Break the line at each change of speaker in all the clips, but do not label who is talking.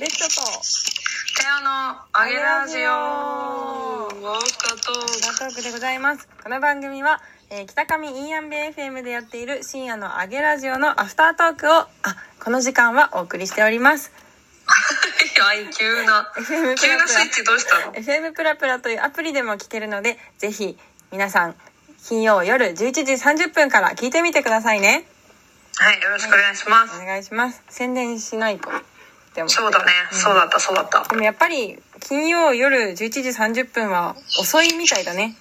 レッドと
部屋のあげラジオウォーカーと
ラトークでございますこの番組は、えー北上インアンベ FM でやっている深夜のあげラジオのアフタートークをあこの時間はお送りしております
はい急な
FM プ
急
ラ
な
プ
スイッチどうしたの
ラ FM プラプラというアプリでも聞けるのでぜひ皆さん金曜夜11時30分から聞いてみてくださいね
はいよろしくお願いします、
お願いします宣伝しないとでも
そうだね、そうだったそうだった
でもやっぱり金曜夜11時30分は遅いみたいだね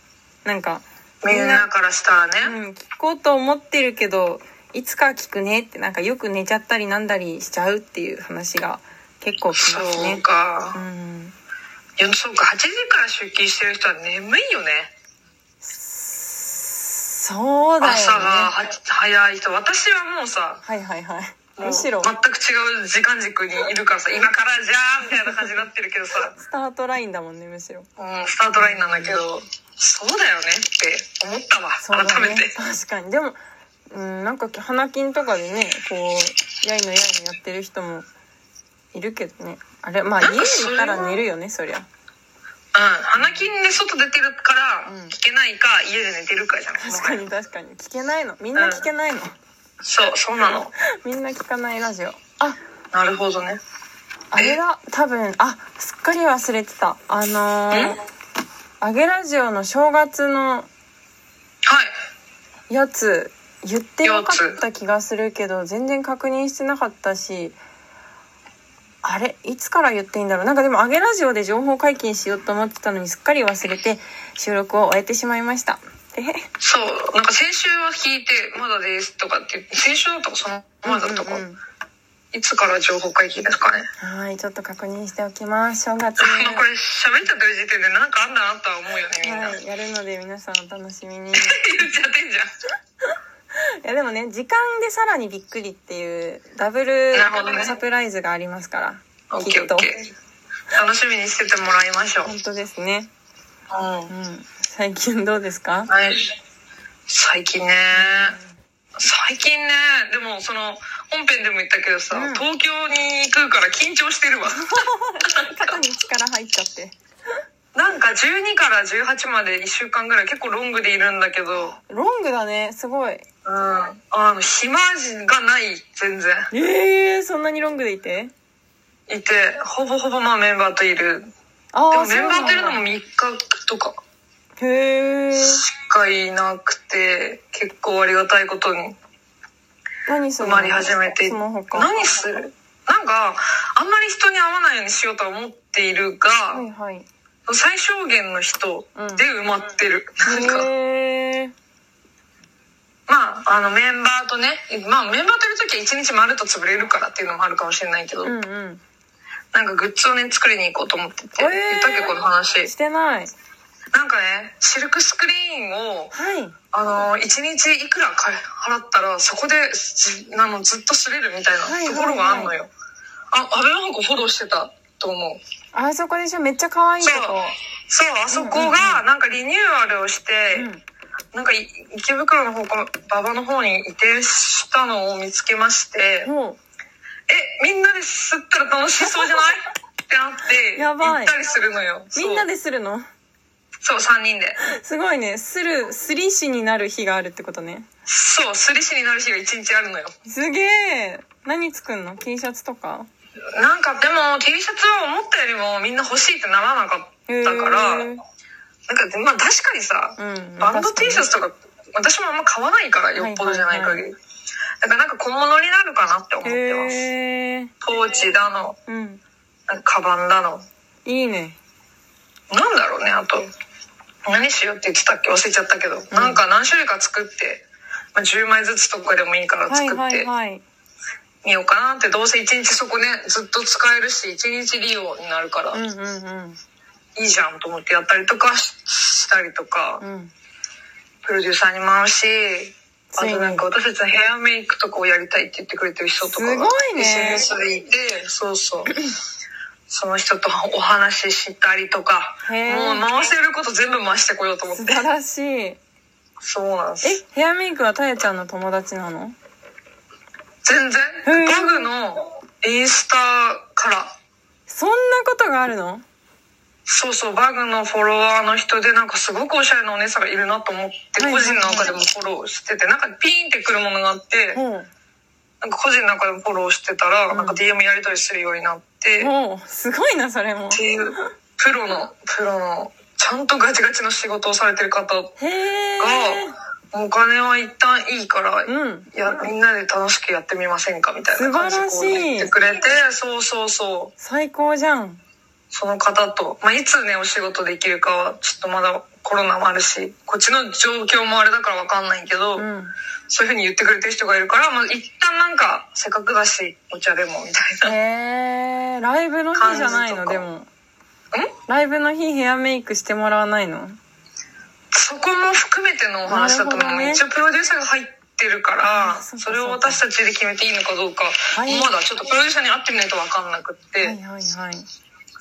なんか
みんなからしたらね、
うん、聞こうと思ってるけどいつか聞くねってなんかよく寝ちゃったりなんだりしちゃうっていう話が結構き
そ
ます
う
ね。う
か、
ん、
いやそうか8時から出勤してる人は眠いよね
そうだよね。
朝がは早い人私はもうさ
はいはいはい。
もう
むしろ
全く違う時間軸にいるからさ今からじゃーみたいな感じになってるけどさ、
スタートラインだもんねむしろ。
うん、スタートラインなんだけどそうだよねって思ったわ
そうだ
改
ね
めて。
確かにでも、うん、なんか花金とかでねこうやいのやいのやってる人もいるけどね。あれまあ
なん
家
か
に
そ
い
れ
た
は
ら寝るよねそりゃ。
うん、花金で外出てるから
うん
聞けないか、家で寝てるかじゃない
確かに確かに聞けないのみんな聞けないの、
そうそうなの
みんな聞かないラジオ。あ
なるほどね
あれだ多分あすっかり忘れてたあのー
ん
「あげラジオ」の正月の
はい
やつ言ってなかった気がするけど全然確認してなかったしあれいつから言っていいんだろうなんかでも「あげラジオ」で情報解禁しようと思ってたのにすっかり忘れて収録を終えてしまいました。で
そうなんか先週は聞いて「まだです」とかって言って先週だとかそのまだとか、
うんうん
いつから情報解禁ですかね、
うんはいちょっと確認しておきます正月
まあこれ喋っちゃってる時点でなんかあんだなとは思うよねみん な、
はい、やるので皆さんお楽しみに。
言っちゃってんじゃん
いやでもね時間でさらにびっくりっていうダブル
なるほどね
サプライズがありますから、
オッ
き
ケー
っ
オ
と
ッケー楽しみにしててもらいましょう、
本当ですね、う
は
ん、最近どうですか
い最近ね最近ねでもその本編でも言ったけどさ、
うん
東京に行くから緊張し てるわ
肩に力入っちゃって
なんか12から18まで1週間ぐらい結構ロングでいるんだけどうん
ロングだねすごい
あの暇がない全然
えー、そんなにロングでいて
いてほぼほぼまあメンバーといるで
あ
も
あ
メンバーといるのも
も
3日とか
へえ
しかいなくて結構ありがたいことに
何す
埋
る
まり始めて
その他
何するなんかあんまり人に会わないようにしようとは思っているが、
はいはい
最小限の人で埋まってる、なんか
へえ
まああのメンバーとねまあメンバーといる時は一日まるっと潰れるからっていうのもあるかもしれないけど、
うんうん
なんかグッズをね作りに行こうと思ってて、
えー
言ったっけこの話
してない
なんかねシルクスクリーンを
はい
あの一日いくらか払ったらそこでじあのずっと擦れるみたい
はい
なところがあんのよ、あ安倍ワンコフォローしてたと思う
あそこでしょめっちゃ可愛いとこ
そうあそこがなんかリニューアルをして、
うん
なんかい池袋の方か馬場の方に移転したのを見つけまして、え
も
みんなで吸ったら楽しそ うじゃないってなって
やば
行
い
ったりするのよ
うみんな
で
でするの
そうそう3人です
ごいね。する、すりしになる日があるってことね。
そうすりしになる日が1日あるのよ
すげえ。何作んの ?T シャツとか
なんかでも T シャツは思ったよりもみんな欲しいってならなかったから
へ
な
ー
んかまあ確かにさ、
うん。
バンド T シャツとか私もあんま買わないからよっぽどじゃない限り、だからなんか小物になるかなって思っ
へ
てます
え。
ポーチだの
うん。
なんかカバンだの
いいね。
なんだろうねあと何しようって言ってたっけ忘れちゃったけど、なんか何種類か作って、まあ、10枚ずつとかでもいいから
はい
作っ
はい
て
はい。
みようかなってどうせ一日そこねずっと使えるし一日利用になるから
うんうんうん。
いいじゃんと思ってやったりとかししたりとか
うん。
プロデューサーに回し
つ
あ
いに
となんか私たちのヘアメイクとかをやりたいって言ってくれてる人とかが
すごいね
一緒にいてそうそう その人とお話ししたりとかも
へー
う回せること全部回してこようと思っ
素
て
晴らしい。え、
そうなんです
ヘアメイクはたやちゃんの友達なの
全
へ
然
ー
バグのインスタから
そんなことがあるの
そうそうバグのフォロワーの人でなんかすごくおしゃれなお姉さんがいるなと思って
はい
個
はい
人の中でもフォローしててなんかピーンってくるものがあって
ほう
なんか個人の中でもフォローしてたら
ん
なんか DM やり取りするようになってっ
ほうすごいなそれも
ていうプロのプロのちゃんとガチガチの仕事をされてる方が
へえ
お金は一旦いいから
うん
いやみんなで楽しくやってみませんかみたいな感じでこ
素
う
晴らしい
言ってくれてそうそうそう
最高じゃん
その方と、まあ、いつねお仕事できるかはちょっとまだコロナもあるしこっちの状況もあれだからわかんないけど、
うん
そういうふうに言ってくれてる人がいるから、まあ、一旦なんかせっかくだしお茶でもみたいな。
へえライブの日じゃないの
感じ
で
とか
もライブの日ヘアメイクしてもらわないの
そこも含めてのお話だと
なる
思
ほ
う、
どね
一応プロデューサーが入ってるから
あそ
そう
かそうか
れを私たちで決めていいのかどうか、
い
まだちょっとプロデューサーに会ってみないと分かんなくって、
はいはいはい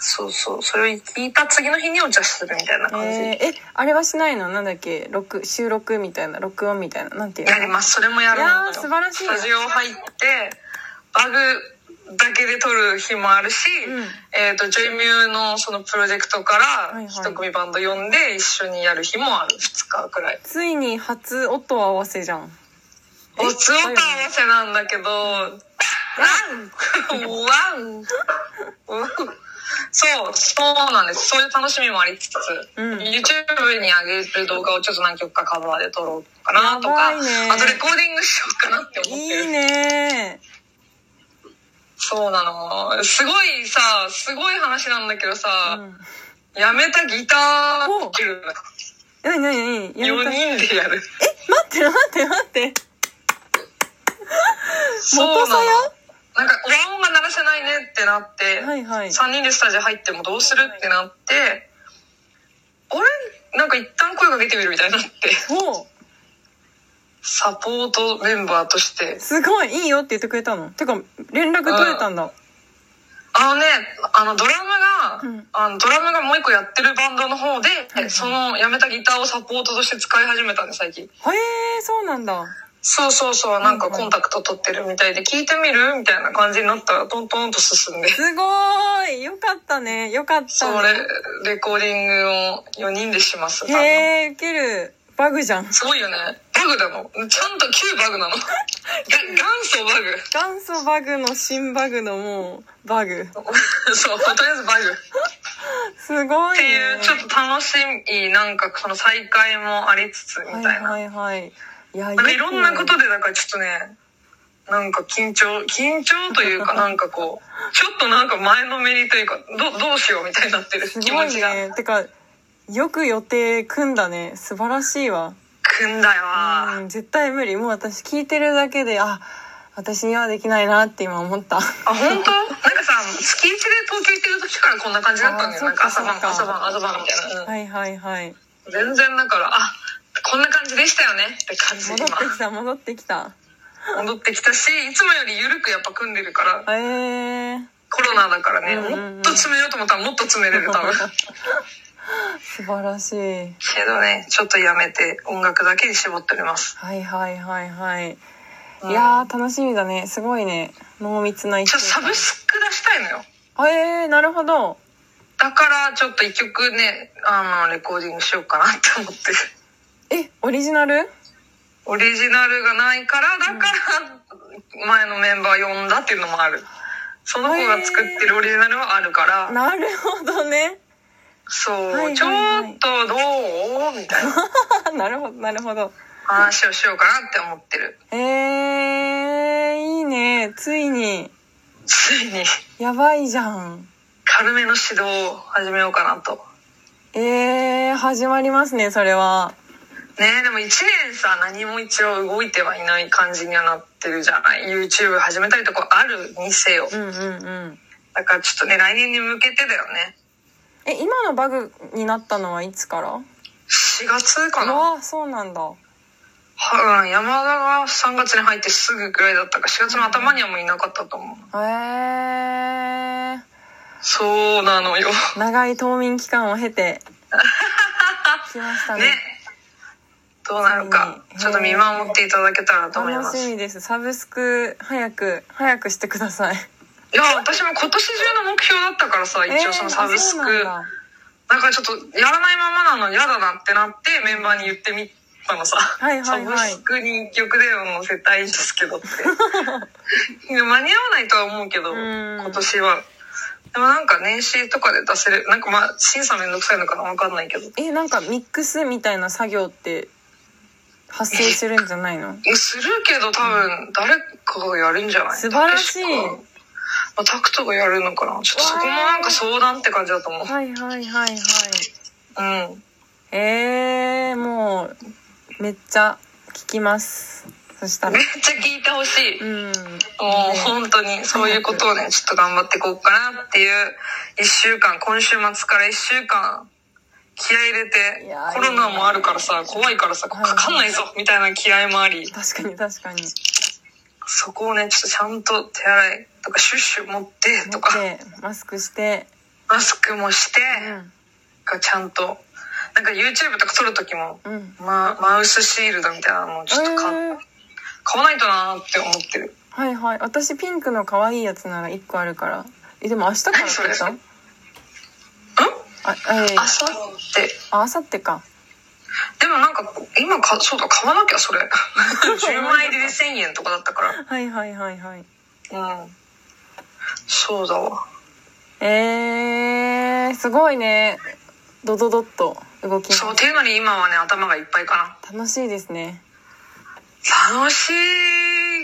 そうそうそれを聞いた次の日にお茶するみたいな感じ、
えーえあれはしないのなんだっけ録収録みたいな録音みたいななんていうの
やりますそれもやる
い
の
やー素晴らしい
スタジオ入ってバグだけで撮る日もあるし、
うん
えっ、とジョイミューのそのプロジェクトか
いはい
ら一組バンド呼んで一緒にやる日もある2日くらい
ついに初音合わせじゃんえ
おつおと合わせなんだけどワンワンそうそうなんですそういう楽しみもありつつ、
うん
YouTube に上げる動画をちょっと何曲かカバーで撮ろうかなとか、
やばいね
あとレコーディングしようかなって思ってる
いいね
そうなの。すごいさ、すごい話なんだけど
ーう
さ、
ん
やめたギターを切る
なになになにやめ
4
たえ
人でやる。
待って待って待って
そう
元さ
なの
や。
なんか、和音が鳴らせないねってなって、
はいはい
3人でスタジオ入ってもどうするってなって、あれなんか一旦声かけてみるみたいに なって、
お
サポートメンバーとして。
すごいいいよって言ってくれたのてか連絡取れたんだ
あのね、あのドラムが、
うん
あのドラムがもう一個やってるバンドの方で、
はい
そのやめたギターをサポートとして使い始めたんで、最近。
へえそうなんだ
そうそうそう、なんかコンタクト取ってるみたいで、聞いてみるみたいな感じになったら、トントンと進 んで。
すごいよかったねよかっ
そ
た
れ
ね、
レコーディングを4人でします。多分
へえウケるバグじゃん
すごいよね。バグなの。ちゃんと旧 バグなの。が元祖バグ。
元祖バグの新バグのもうバグ
そう、とりあえずバグ。っ
すごい
て
ね
いう、ちょっと楽しみ、なんかその再会もありつつ、みたいな。
はいはいはいいや
なんかいろんなこ
よ
とで、だからちょっとね、なんか緊張、緊張 というか、なんかこう、ちょっとなんか前のめりというか、どどうしようみたいになってる
くす
気
ご
持
い
ちが。
ねてかよく予定組んだね素晴らしいわ
組んだよ
う
ー。
ん絶対無理もう私聞いてるだけであ私にはできないなって今思った
あ、本当？なんかさ、月一で東京行ってる時からこんな感じだったんだ
あ
よ。
ー
なんか朝
そっか
晩、
そ
朝
っか
晩、朝晩みたいな。うん
はいはいはい
全然だから、あ、こんな感じでしたよねって感じ
戻
今
っ。てきた戻ってきた
戻ってきたし、いつもより緩くやっぱ組んでるから、
えー、
コロナだからね、
うんうんうん
もっと詰めようと思ったらもっと詰めれる、多分。
素晴らしい
けどね、ちょっとやめて音楽だけに絞っております。
はいはいはいはい、
うん
いやー楽しみだねすごいね濃密な一
ちょっとサ
週間
ブスク出したいのよ。
あえー、なるほど
だから、ちょっと一曲ね、あの、レコーディングしようかなって思ってる。
えオリジナル
オリジナルがないから、だから、前のメンバー呼んだっていうのもある。その子が作ってるオリジナルはあるから、
なるほどね
そ
は
う、
いはいはい
ちょっとどうみたいな
なるほどなるほど
話をしようかなって思ってる。
えー、いいねついに
ついに、
やばいじゃん
軽めの指導を始めようかなと。
えー、始まりますねそれは
ねえでも1年さ何も一応動いてはいない感じにはなってるじゃない YouTube 始めたりとかあるにせよ
うんうんうん
だからちょっとね来年に向けてだよね
え今のバグになったのはいつから
4月か
う
な
わーそうなんだ
は、うん、山田が3月に入ってすぐくらいだったから4月の頭にはもういなかったと思う
えー、
そうなのよ
長い冬眠期間を経て来ましたね
ねどうなるか
うん
ちょっと見守っていただけたらと思いま
楽し
す
みですサブスク早く早くしてください
いや私も今年中の目標だったからさ 一応そのサブスク、
えーあ
だからちょっとやらないままなの嫌だなってなってメンバーに言ってみたのさ、
いはいはい
サブスクに曲でも載せたいんですけどって 間に合わないとは思うけど
そうなんだ
今年はでもなんか年始とかで出せるなんかまあ審査めんどくさいのかなわかんないけど
うんえなんかミックスみたいな作業って発生するんじゃない の
えするけど多分誰かがやるんじゃない
素晴らしい
タケシかまあ、タクトがやるのかなちょっとそこもなんか相談って感じだと思う
はいはいはいはい
うん
えー、もうめっちゃ聞きますそしたら
めっちゃ聞いてほしい
うん
もう本当にそういうことをね、ちょっと頑張っていこうかなっていう、一週間、今週末から一週間、気合い入れ
い
て
やー、
コロナもあるからさ、怖いからさ、
はい
かかんないぞ、みたいな気合いもあり、
確かに確かに
そこをね、ちょっとちゃんと手洗いとか、シュッシュ持って とか、
持ってマスクして、
マスクもして、
う
がちゃんと、なんか YouTube とか撮るときも、
んうん、
ま、マウスシールドみたいなのをちょっと買,、
えー
買わないとなーって思ってる。
はいはい私ピンクの可愛いやつなら1個あるからえでも明日から
えそれ
ってこと
ん
あえー
あさって。
あ明後日か
でもなんか今かそうだ買わなきゃそれ 10枚入りで1000円とかだったか
はいはいはいはい
らうんそうだわ
えー、すごいねドドドッと動きます
そうっていうのに今はね頭がいっぱいか
楽しいですね
な楽しい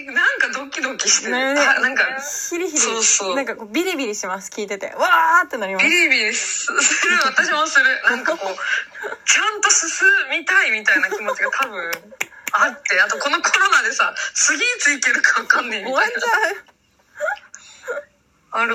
なんかドキドキしてる、
ね
あなんか
ヒリヒリ
そうそう
なんかこうビリビリします聞いててわーってなりま
ビ
す
リビリする私 もするなんかこうちゃんと進みたいみたいな気持ちが多分あってあとこのコロナでさ次いつ行けるか分かんねえみ
終
たい
わ
な
っちゃう